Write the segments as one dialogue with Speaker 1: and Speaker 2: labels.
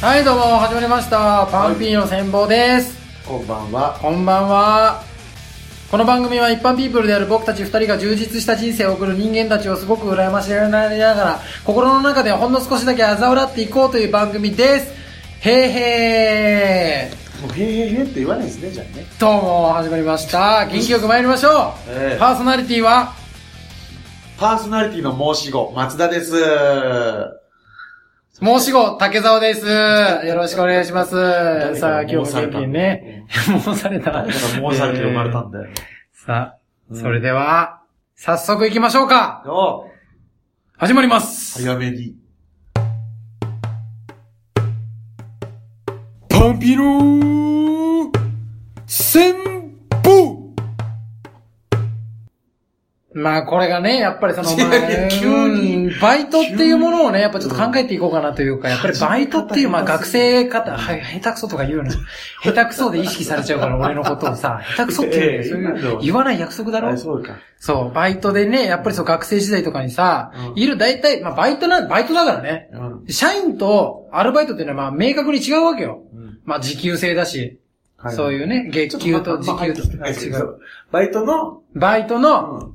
Speaker 1: はいどうも始まりましたパンピーの戦法です、
Speaker 2: こんばんは。
Speaker 1: こんばんはこの番組は一般ピープルである僕たち二人が充実した人生を送る人間たちをすごく羨ましがられながら心の中でほんの少しだけ嘲笑っていこうという番組ですへーへー
Speaker 2: もうへーへーへーって言わないですね、じゃあね。
Speaker 1: どうも始まりました元気よく参りましょう、
Speaker 2: ええ
Speaker 1: パーソナリティは
Speaker 2: パーソナリティの申し子、松田です。
Speaker 1: 申し子、竹沢です。よろしくお願いします。さあ、今日も元気にね。 申された。
Speaker 2: だから申されて生まれたんだよ。
Speaker 1: さあ、
Speaker 2: うん
Speaker 1: それでは、早速行きましょうか
Speaker 2: お
Speaker 1: 始まります
Speaker 2: 早めに。
Speaker 1: パンピロー戦法まあこれがね、やっぱりその、
Speaker 2: いやいや
Speaker 1: まあ
Speaker 2: 急に
Speaker 1: うんバイトっていうものをね、やっぱちょっと考えていこうかなというか、やっぱりバイトっていう、まあ学生方、はい、下手くそとか言うの。下手くそで意識されちゃうから、俺のことをさ、下手くそって いうねそう
Speaker 2: いやいや
Speaker 1: いう、言わない約束だろ
Speaker 2: あそうか。
Speaker 1: そう、バイトでね、やっぱりそう学生時代とかにさ、
Speaker 2: うん
Speaker 1: いる大体、まあバイトな、バイトだからね。
Speaker 2: うん。
Speaker 1: 社員とアルバイトっていうのはまあ明確に違うわけよ。
Speaker 2: うん。
Speaker 1: まあ時給制だし、そういううね、
Speaker 2: ち
Speaker 1: 月
Speaker 2: ょっ
Speaker 1: 給
Speaker 2: と
Speaker 1: と時給と、あ違
Speaker 2: 違
Speaker 1: う。
Speaker 2: う。バイトの、
Speaker 1: バイト
Speaker 2: う
Speaker 1: の
Speaker 2: ん。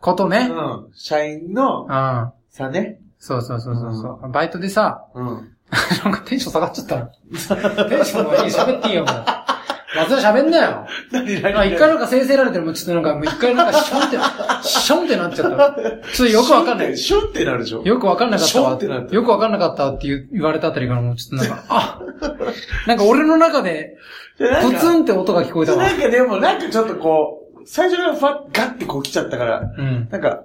Speaker 1: ことね。うん。
Speaker 2: うん。社員の差ね。
Speaker 1: そうそうそうそうそう、バイトでさ、
Speaker 2: うん。
Speaker 1: なんかテンション下がっちゃった な。テンションがいい、喋っていいよ、もう。松田喋んなよ。
Speaker 2: 何
Speaker 1: なんか一回なんか先生られてるもうちょっとなんか、もう一回なんかションって、ションってなっちゃった。ちょっとよくわかんない。
Speaker 2: シュンってなるでしょ。
Speaker 1: よくわかんなかった
Speaker 2: ション
Speaker 1: わ。
Speaker 2: ってなった
Speaker 1: よくわかんなかったって言う言われたあたりからもうちょっとなんか、 あなんか俺の中で、
Speaker 2: な
Speaker 1: ポ
Speaker 2: んか
Speaker 1: ツンって音が聞こえたわ。
Speaker 2: なんかでも、なんかちょっとこう、最初からファッ、ガッてこう来ちゃったから、
Speaker 1: うん。
Speaker 2: なんか、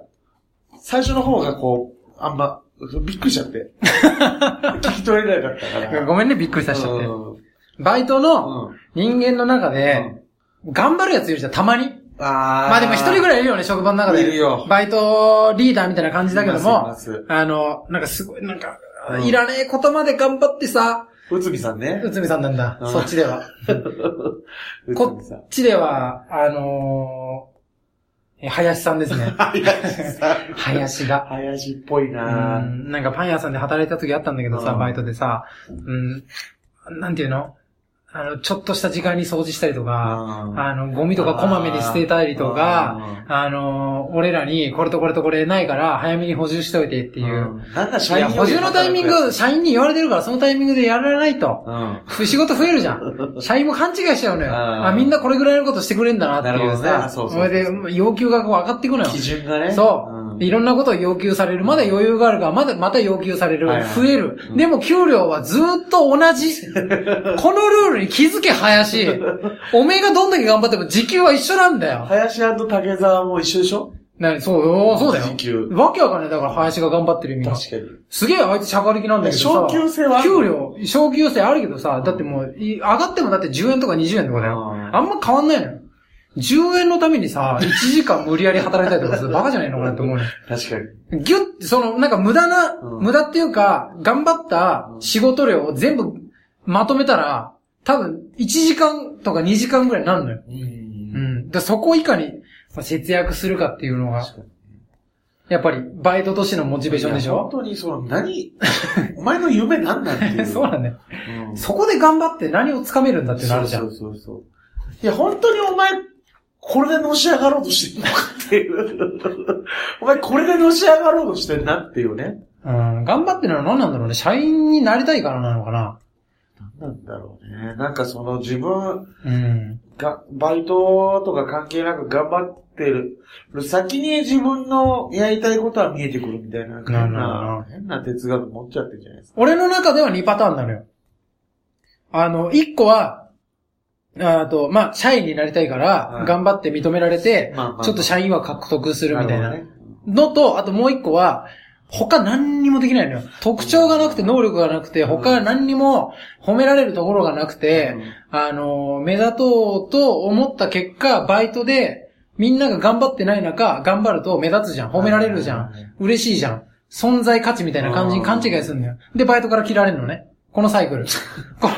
Speaker 2: 最初の方がこう、あんま、びっくりしち ゃって。聞き取れなかったから。
Speaker 1: ごめんね、びっくりさせちゃって
Speaker 2: う。ん
Speaker 1: バイトの人間の中で、頑張るやついるじゃん、たまに。
Speaker 2: ああ。
Speaker 1: まあでも一人ぐ
Speaker 2: らい
Speaker 1: らいいるよね、職場の中で。
Speaker 2: いるよ
Speaker 1: バイトリーダーみたいな感じだけど
Speaker 2: いま
Speaker 1: も
Speaker 2: すいま、
Speaker 1: あの、なんかすごい、なんか
Speaker 2: う、ん
Speaker 1: いらねえことまで頑張ってさ、
Speaker 2: 内海さんね。
Speaker 1: 内海さんなんだ
Speaker 2: う、ん
Speaker 1: そっちでは。
Speaker 2: 内
Speaker 1: こ
Speaker 2: 海さん。
Speaker 1: っ。ちでは、あのー、え林さんですね
Speaker 2: 林さん。
Speaker 1: 林が。
Speaker 2: 林っぽいうなぁ
Speaker 1: んなんかパン屋さんで働いた時あったんだけどさ、
Speaker 2: うん
Speaker 1: バイトでさ、うん、なんていうのあの、ちょっとした時間に掃除したりとか、
Speaker 2: あ
Speaker 1: あの、ゴミとかこまめに捨てたりとか、あの、俺らにこれとこれとこれないから早めに補充しといてって
Speaker 2: て
Speaker 1: いう。。
Speaker 2: なんだ、
Speaker 1: い
Speaker 2: 社員
Speaker 1: や、補充のタイミング、社員に言われてるからそのタイミングでやらないと。
Speaker 2: うん。
Speaker 1: 仕事増えるじゃん。社員も勘違いしちゃうのよ。
Speaker 2: うん
Speaker 1: あ、みんなこれぐらいのことしてくれんだなっていう
Speaker 2: なるほど
Speaker 1: さ。
Speaker 2: ねそうそう
Speaker 1: それで、要求がこう上がってく のよ。
Speaker 2: 基準がね。
Speaker 1: そう、
Speaker 2: ん
Speaker 1: いろんなことを要求される。まだ余裕があるから、まだ、また要求される。
Speaker 2: はいはい
Speaker 1: 増える、
Speaker 2: うん
Speaker 1: でも給料はずーっと同じ。 このルールに気づけ、林。おめえがどんだけ頑張っても時給は一緒なんだよ。
Speaker 2: 林竹沢も一緒でしょ
Speaker 1: なに、そうよ、そうだよ。
Speaker 2: 時給
Speaker 1: わけわかんない。だから林が頑張ってる意味が。
Speaker 2: 確かに。
Speaker 1: すげえあいつしゃがりきなんだけどさ。
Speaker 2: 昇給制はある
Speaker 1: 給料、昇給制あるけどさ、だってもう、い上がってもだって10円とか20円とかだよ。
Speaker 2: うん
Speaker 1: あんま変わんないのよ。10円のためにさ、1時間無理やり働いたりとかする。バカじゃないのかなって思うのよ。
Speaker 2: 確かに。
Speaker 1: ギュッて、その、なんか無駄な、
Speaker 2: うん
Speaker 1: 無駄っていうか、頑張った仕事量を全部まとめたら、多分、1時間とか2時間ぐらいになるのよ。
Speaker 2: うん
Speaker 1: うん。で、そこをいかにまあ節約するかっていうのが、やっぱり、バイトとしてのモチベーションでし
Speaker 2: いや本
Speaker 1: ょ
Speaker 2: 当に、その、何、お前の夢何なんってい う。
Speaker 1: そうなんだよ。
Speaker 2: うん
Speaker 1: そこで頑張って何をつかめるんだってなるじゃん。
Speaker 2: そうそうそうそう。いや、本当にお前、これでのし上がろうとしてんのかっていう。 お前、これでのし上がろうとしてんなっていうね。
Speaker 1: うん。頑張ってるのは何なんだろうね。社員になりたいからなのかな。
Speaker 2: なんだろうね。なんかその、自分
Speaker 1: うん。
Speaker 2: が、バイトとか関係なく頑張ってる。先に自分のやりたいことは見えてくるみたいな、なんか変
Speaker 1: なるほど
Speaker 2: な、変な哲学持っちゃってるじゃないですか。
Speaker 1: 俺の中では2パターンなのよ。あの、1個は、あと、まあ、社員になりたいから
Speaker 2: う、ん
Speaker 1: 頑張って認められて、
Speaker 2: まあまあ
Speaker 1: ちょっと社員は獲得するみたいな
Speaker 2: るほどね。
Speaker 1: のと、あともう1個は、他何にもできないのよ。特徴がなくて、能力がなくて、他何にも褒められるところがなくて、あの、目立とうと思った結果、バイトで、みんなが頑張ってない中、頑張ると目立つじゃん。褒められるじゃ
Speaker 2: はいはいはい
Speaker 1: ん。嬉しいじゃん。存在価値みたいな感じに勘違いするんだよ。で、バイトから切られるのね。このサイ クル。こ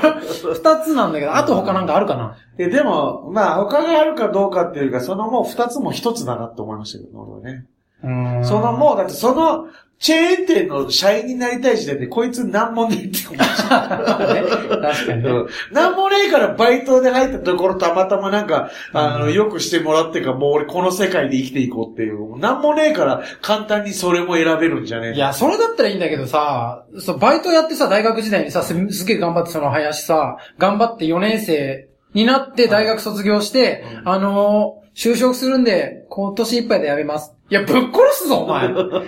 Speaker 1: の二つなんだけど、あと他なんかあるかな
Speaker 2: え、でも、まあ、他があるかどうかっていうか、そのもう二つも一つだなって思いましたけどね、俺はね。
Speaker 1: うーん
Speaker 2: そのもう、だってそのチェーン店の社員になりたい時点で、こいつ何もねえって思っちゃう。
Speaker 1: 確かにね。
Speaker 2: なんもねえからバイトで入ったところたまたまなんか、あの、よくしてもらってか、もう俺この世界で生きていこうっていう。なんもねえから簡単にそれも選べるんじゃねえの
Speaker 1: いや、それだったらいいんだけどさ、そう、バイトやってさ、大学時代にさ、すすげえ頑張ってその林さ、頑張って4年生になって大学卒業して、
Speaker 2: う
Speaker 1: あのー就職するんで、今年いっぱいでやめます。いや、ぶっ殺すぞ、お 前。ふざ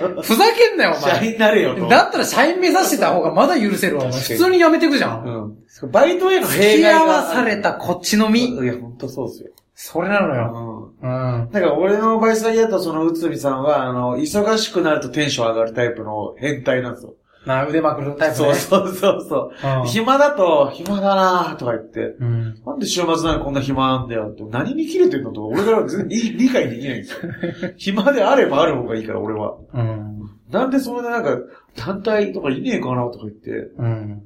Speaker 1: けんなよ、お
Speaker 2: 社員
Speaker 1: 前。
Speaker 2: になれよと。
Speaker 1: だったら社員目指してた方がまだ許せるわ、お前。
Speaker 2: 確か
Speaker 1: 普
Speaker 2: に
Speaker 1: 通に辞めてくじゃん。
Speaker 2: うん。バイトへの
Speaker 1: 付
Speaker 2: 弊
Speaker 1: き
Speaker 2: 害
Speaker 1: 合
Speaker 2: が
Speaker 1: わされたこっちの身。
Speaker 2: いや、ほんとそうですよ。
Speaker 1: それなのよ。う
Speaker 2: うん。
Speaker 1: ん。
Speaker 2: なんか俺のバイト先だとその内海さんは、あの、忙しくなるとテンション上がるタイプの変態なんですよ。
Speaker 1: な、腕まくるタイプ
Speaker 2: そう
Speaker 1: ね。
Speaker 2: そうそうそう。
Speaker 1: うん
Speaker 2: 暇だと、暇だなーとか言って、
Speaker 1: うん。
Speaker 2: なんで週末なんかこんな暇なんだよって、何に切れてんのとか、俺からは全然理理 解できないんですよ。暇であればある方がいいから、俺は。
Speaker 1: うん。
Speaker 2: なんでそれでなんか、単体とかいねえかなとか言って、
Speaker 1: うん。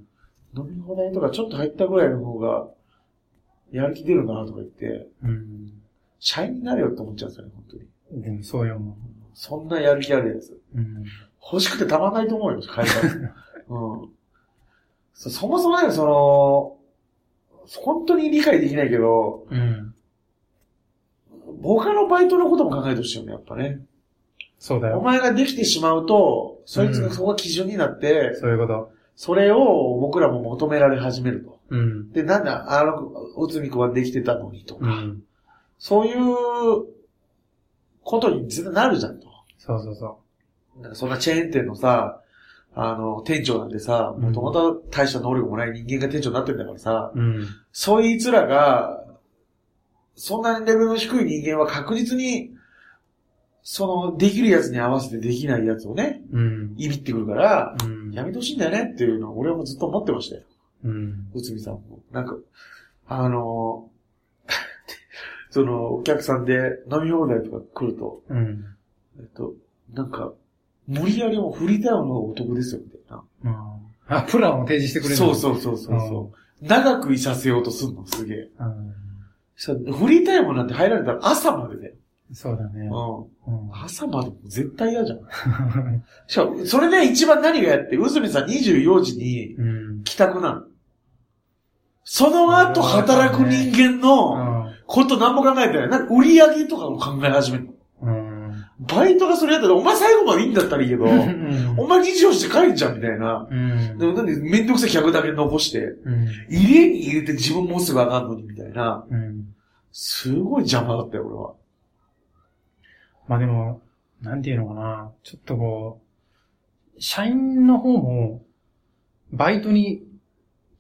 Speaker 2: 飲み放題とかちょっと入ったぐらいの方が、やる気出るなとか言って、
Speaker 1: うん。
Speaker 2: 社員になれよって思っちゃうんですよね、本当に。
Speaker 1: でもそうよ、も
Speaker 2: そんなやる気あるやつ。
Speaker 1: う。うん。
Speaker 2: 欲しくてたまんないと思うよ、会社。うん。そそもそもなんかその、本当に理解できないけど、
Speaker 1: うん。
Speaker 2: 他のバイトのことも考えてほしいよね、やっぱね。
Speaker 1: そうだ
Speaker 2: お
Speaker 1: よ。
Speaker 2: 前ができてしまうと、そいつ
Speaker 1: う
Speaker 2: が
Speaker 1: ん
Speaker 2: そこが基準になって、
Speaker 1: そういうこと。
Speaker 2: それを僕らも求められ始めると。
Speaker 1: うん。
Speaker 2: で、なんだ、あの、おつみくんはできてたのにとか、
Speaker 1: うん。
Speaker 2: そういうことに絶対なるじゃんと。
Speaker 1: そうそうそ
Speaker 2: なんかそんなチェーン店のさ、あの、店長なんてさ、
Speaker 1: うん
Speaker 2: もともと大した能力もない人間が店長になってんだからさ、
Speaker 1: う。うん。
Speaker 2: そいつらが、そんなレベルの低い人間は確実に、その、できるやつに合わせてできないやつをね、
Speaker 1: うん。
Speaker 2: いびってくるから、
Speaker 1: うん。
Speaker 2: やめてほしいんだよねっていうのを俺はもうずっと思ってましたよ。
Speaker 1: うん。
Speaker 2: 内海さんも。なんか、あの、 その、お客さんで飲み放題とか来ると、
Speaker 1: うん。
Speaker 2: えっと、なんか、無理やりもフリータイムの方がお得ですよ、みたいな。
Speaker 1: うんあ、プランを提示してくれる
Speaker 2: そう
Speaker 1: う。
Speaker 2: そうそうそうそう。長くいさせようとすんの、すげえ。
Speaker 1: うん。
Speaker 2: そしたらフリータイムなんて入られたら朝までだよ。
Speaker 1: そうだね。
Speaker 2: う
Speaker 1: うん
Speaker 2: ん。朝までも絶対嫌じゃん。しかも、それで一番何がやって、うずみさん24時に
Speaker 1: うん。
Speaker 2: 帰宅なの。その後働く人間のこと何も考えてない。なんか売り上げとかも考え始めるの。
Speaker 1: うん。うん。
Speaker 2: バイトがそれやったら、お前最後までいいんだったらいいけど、お前24時で帰んじゃんみたいな。
Speaker 1: うん。
Speaker 2: でもなんでめんどくさい客だけ残して、
Speaker 1: うん。
Speaker 2: 家に入れて自分もうすぐ上がんのにみたいな。
Speaker 1: うん。
Speaker 2: すごい邪魔だったよ、俺は。
Speaker 1: まあでも、なんていうのかな。ちょっとこう、社員の方も、バイトに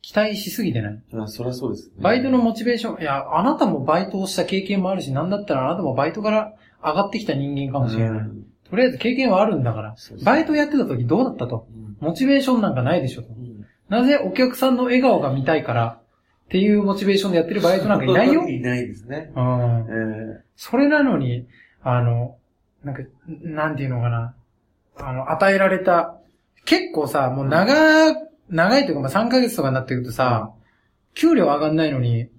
Speaker 1: 期待しすぎてない
Speaker 2: あそりゃそうです、ね
Speaker 1: バイトのモチベーション、いや、あなたもバイトをした経験もあるし、なんだったらあなたもバイトから上がってきた人間かもしれない。
Speaker 2: うん
Speaker 1: とりあえず経験はあるんだから
Speaker 2: そうそ、う
Speaker 1: バイトやってた時どうだったと。
Speaker 2: うん
Speaker 1: モチベーションなんかないでしょと。
Speaker 2: うん。
Speaker 1: なぜお客さんの笑顔が見たいから、っていうモチベーションでやってるバイトなんかいないよ
Speaker 2: いないですね。
Speaker 1: うん
Speaker 2: ええ
Speaker 1: それなのに、あの、なんか、なんていうのかな。あの、与えられた、結構さ、もう長、長いというか、まあ、3ヶ月とかになってくるとさ、給料上がんないのに、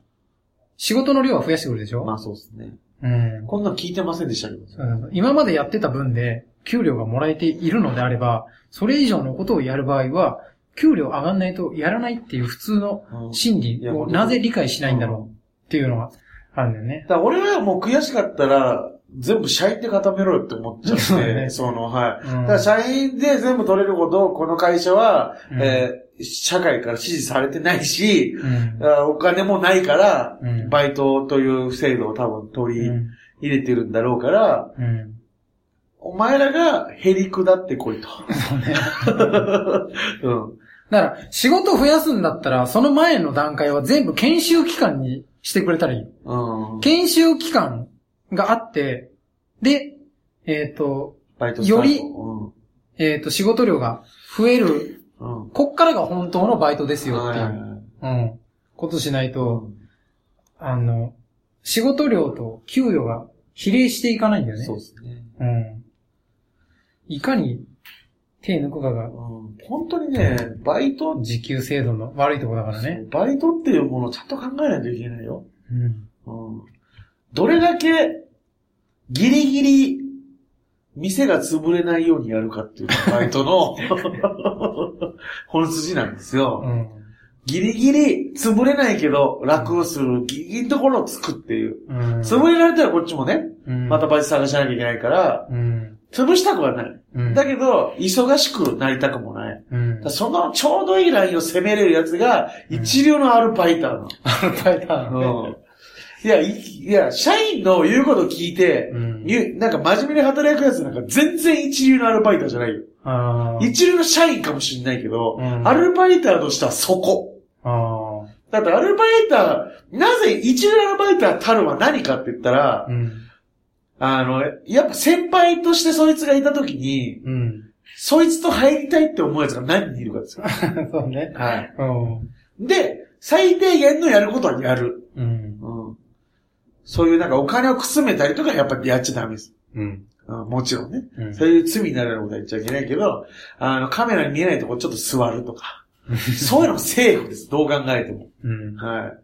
Speaker 1: 仕事の量は増やしてくるでしょ、
Speaker 2: まあそうですね。
Speaker 1: うん。
Speaker 2: こんなん聞いてませんでしたけど、
Speaker 1: そうそうそう今までやってた分で、給料がもらえているのであれば、それ以上のことをやる場合は、給料上がんないとやらないっていう普通の
Speaker 2: うん
Speaker 1: 心理をなぜ理解しないんだろう
Speaker 2: う。
Speaker 1: っていうのがあるんだよね。
Speaker 2: だから俺はもう悔しかったら、全部社員で固めろよって思っちゃっ
Speaker 1: そうだ
Speaker 2: て、
Speaker 1: ね
Speaker 2: その、は
Speaker 1: うん
Speaker 2: い。だから社員で全部取れるほど、この会社は、
Speaker 1: うん
Speaker 2: えー社会から支持されてないし、
Speaker 1: うん
Speaker 2: あーお金もないから、
Speaker 1: うん
Speaker 2: バイトという制度を多分取り入れてるんだろうから、
Speaker 1: うんうん
Speaker 2: お前らがへりくだってこ いと。
Speaker 1: そうね。
Speaker 2: うん。
Speaker 1: だから、仕事増やすんだったら、その前の段階は全部研修期間にしてくれたらいいよ。
Speaker 2: うん。
Speaker 1: 研修期間があって、で、えっ、と、
Speaker 2: バイトスタート
Speaker 1: より
Speaker 2: うん。
Speaker 1: えっ、と、仕事量が増える、
Speaker 2: うん。
Speaker 1: こっからが本当のバイトですよっ
Speaker 2: は
Speaker 1: て
Speaker 2: い
Speaker 1: い
Speaker 2: はいは
Speaker 1: う、
Speaker 2: い
Speaker 1: うん、ことしないうと、
Speaker 2: ん
Speaker 1: あの、仕事量と給与が比例していかないんだよね。
Speaker 2: そうですね。
Speaker 1: うん。いかに手抜くかが
Speaker 2: うん、本当にね、バイト、
Speaker 1: 時給制度の悪いところだからね。
Speaker 2: バイトっていうものをちゃんと考えないといけないよ。
Speaker 1: うん。
Speaker 2: うん。どれだけ、ギリギリ、店が潰れないようにやるかっていうのがバイトの本筋なんですよ。ギリギリ潰れないけど楽をするギリギリのところをつくっていう。
Speaker 1: うん。
Speaker 2: 潰れられたらこっちもね、
Speaker 1: うん、
Speaker 2: また、バイト探しなきゃいけないから、
Speaker 1: うん。
Speaker 2: 潰したくはない。
Speaker 1: うん。
Speaker 2: だけど、忙しくなりたくもない。
Speaker 1: うん
Speaker 2: だから。そのちょうどいいラインを攻めれるやつが、一流のアルバイターなの。
Speaker 1: アルバイトなのね。
Speaker 2: いや、いいや、社員の言うこと聞いて、
Speaker 1: うん
Speaker 2: 言うなんか真面目に働くやつなんか全然一流のアルバイターじゃないよ。
Speaker 1: あー
Speaker 2: 一流の社員かもしんないけど、
Speaker 1: うん
Speaker 2: アルバイターとしてはそこ。
Speaker 1: あ
Speaker 2: だってアルバイター、なぜ一流アルバイターたるは何かって言ったら
Speaker 1: ー。、うん。
Speaker 2: あの、やっぱ先輩としてそいつがいた時に、
Speaker 1: うん。
Speaker 2: そいつと入りたいって思うやつが何人いるかです よ。
Speaker 1: そうね。
Speaker 2: はい。
Speaker 1: うん。
Speaker 2: で、最低限のやることはやる。
Speaker 1: うん。
Speaker 2: うん。そういうなんかお金をくすめたりとかやっぱりやっちゃダメです。
Speaker 1: うん。
Speaker 2: うん、もちろんね。
Speaker 1: うん
Speaker 2: そういう罪になるようなことは言っちゃいけないけど、あの、カメラに見えないとこちょっと座る とか。そういうのもセーフです。どう考えても。
Speaker 1: うん。
Speaker 2: はい。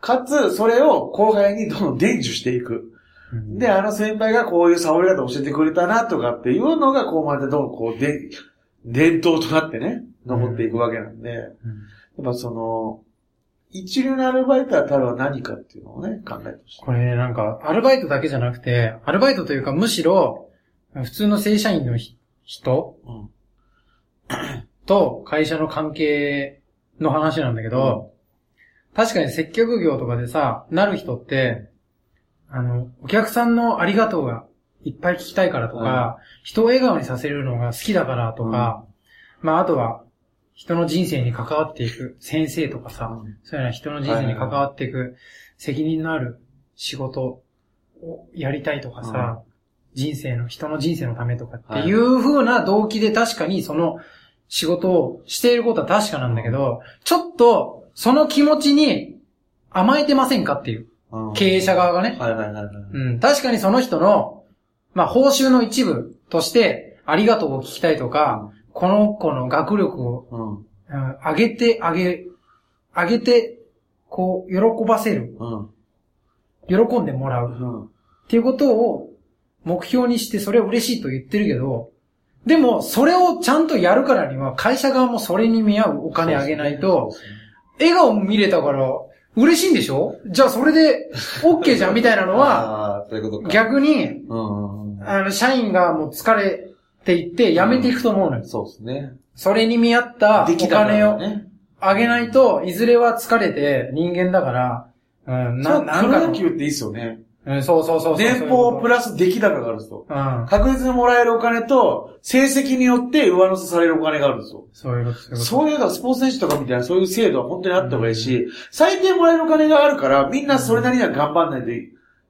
Speaker 2: かつ、それを後輩にどんどん伝授していく。
Speaker 1: うん
Speaker 2: で、、あの先輩がこういう触り方を教えてくれたなとかっていうのが、こうまでどんどんこう、で、伝統となってね、残っていくわけなんで。
Speaker 1: うん
Speaker 2: やっぱその、一流のアルバイターたるは何かっていうのをね、考えてほしい。
Speaker 1: これなんか、アルバイトだけじゃなくて、アルバイトというかむしろ、普通の正社員のひ人
Speaker 2: うん。
Speaker 1: と会社の関係の話なんだけど、確かに接客業とかでさ、なる人って、あの、お客さんのありがとうがいっぱい聞きたいからとか、人を笑顔にさせるのが好きだからとか、まああとは、人の人生に関わっていく先生とかさ、そういうのは人の人生に関わっていく責任のある仕事をやりたいとかさ、人生の、人の人生のためとかっていう風な動機で確かにその仕事をしていることは確かなんだけど、ちょっとその気持ちに甘えてませんかっていう、
Speaker 2: うん
Speaker 1: 経営者側がね。
Speaker 2: はいはいはいはい。
Speaker 1: うん、確かにその人の、まあ、報酬の一部として、ありがとうを聞きたいとか、この子の学力を
Speaker 2: うん。
Speaker 1: うん上げて、上げ、上げて、こう、喜ばせる。
Speaker 2: うん。
Speaker 1: 喜んでもらう。
Speaker 2: うん。
Speaker 1: っていうことを目標にして、それを嬉しいと言ってるけど、でも、それをちゃんとやるからには、会社側もそれに見合うお金あげないと、
Speaker 2: そうですね、
Speaker 1: 笑顔見れたから、嬉しいんでしょじゃあ、それで、OK じゃんみたいなのは、
Speaker 2: ああー、ということか。
Speaker 1: 逆に、
Speaker 2: うんうんうん。
Speaker 1: あの、社員がもう疲れていって、辞めていくと思うのよ。
Speaker 2: そうですね。
Speaker 1: それに見合ったお金を、
Speaker 2: ね。
Speaker 1: あげないと、いずれは疲れて人間だから、うん、な、
Speaker 2: なん
Speaker 1: な
Speaker 2: か、
Speaker 1: ん
Speaker 2: プ
Speaker 1: か
Speaker 2: ロ
Speaker 1: の
Speaker 2: 野、球っていいっすよね。
Speaker 1: うん、そうそうそうそう。
Speaker 2: 年俸プ
Speaker 1: ラ
Speaker 2: ラス出来高があるんですよ。
Speaker 1: うん。
Speaker 2: 確実にもらえるお金と、成績によって上乗せされるお金があるんですよ。
Speaker 1: そういうこと、そういうこと。
Speaker 2: そういうのはスポーツ選手とかみたいな、そういう制度は本当にあった方がいいし、最低もらえるお金があるから、みんなそれなりには頑張んないと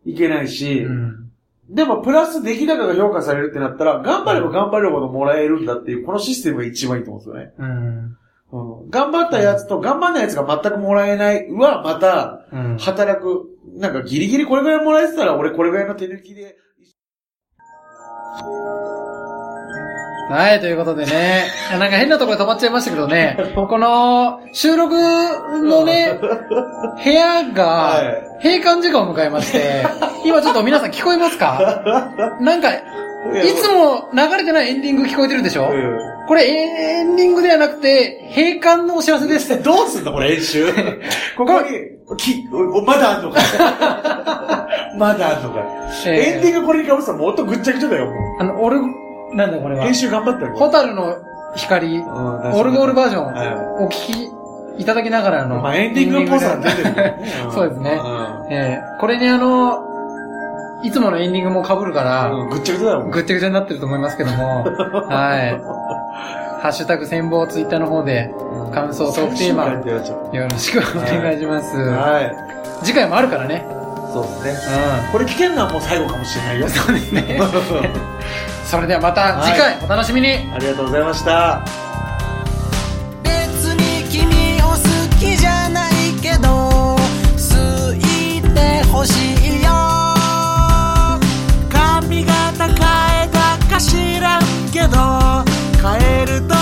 Speaker 2: いけないし、
Speaker 1: うん。
Speaker 2: でもプラス出来高が評価されるってなったら、頑張れば頑張るほどもらえるんだっていう、このシステムが一番いいと思うんですよね。
Speaker 1: うん。
Speaker 2: うん、頑張ったやつと頑張んないやつが全くもらえないは、また、
Speaker 1: うん。
Speaker 2: 働く。なんかギリギリこれぐらいもらえてたら、俺これぐらいの手抜きで。
Speaker 1: はい、ということでね。 いやなんか変なところで止まっちゃいましたけどね。 この、収録のね、部屋
Speaker 2: は
Speaker 1: が、閉館時間を迎えま して、今ちょっと皆さん聞こえますかなんか、いつも流れてないエンディング聞こえてるでしょ
Speaker 2: う
Speaker 1: これエンディングではなくて、閉館のお知らせです。
Speaker 2: ん。どうすんのこれ練 習。ここに、き、おおまだあんの か。まだあんのか。エンディングこれにかぶせたらもっとぐっちゃぐちゃだよ、も
Speaker 1: あの、オル、なんだこれ
Speaker 2: う。
Speaker 1: は
Speaker 2: 編。集頑張ったよ。
Speaker 1: ホタルの光、オ
Speaker 2: オ
Speaker 1: ルゴールバージョン
Speaker 2: は
Speaker 1: お聞きいただきながらの。
Speaker 2: まあエンディングっぽさは出てるけどね。ん
Speaker 1: そうですね
Speaker 2: ん
Speaker 1: ええこれにあの、いつものエンディングも被るから、
Speaker 2: うんぐっちゃぐちゃだよ、もう。
Speaker 1: ぐっちゃぐちゃになってると思いますけど も、はい。ハッシュタグ戦望ツイッターの方で感想トークテーマ
Speaker 2: 最終回ってやっちゃっ
Speaker 1: よろしくお願いします。
Speaker 2: たはい。
Speaker 1: 次回もあるからね。
Speaker 2: そうですね。
Speaker 1: う
Speaker 2: これ危険なのはもう最後かもしれないよ。そうですね。
Speaker 1: ん。それではまた次回お楽しみに
Speaker 2: ありがとうございました。
Speaker 3: 別に君を好きじゃないけど好いてほしいよ髪型変えたかしらんけど変えると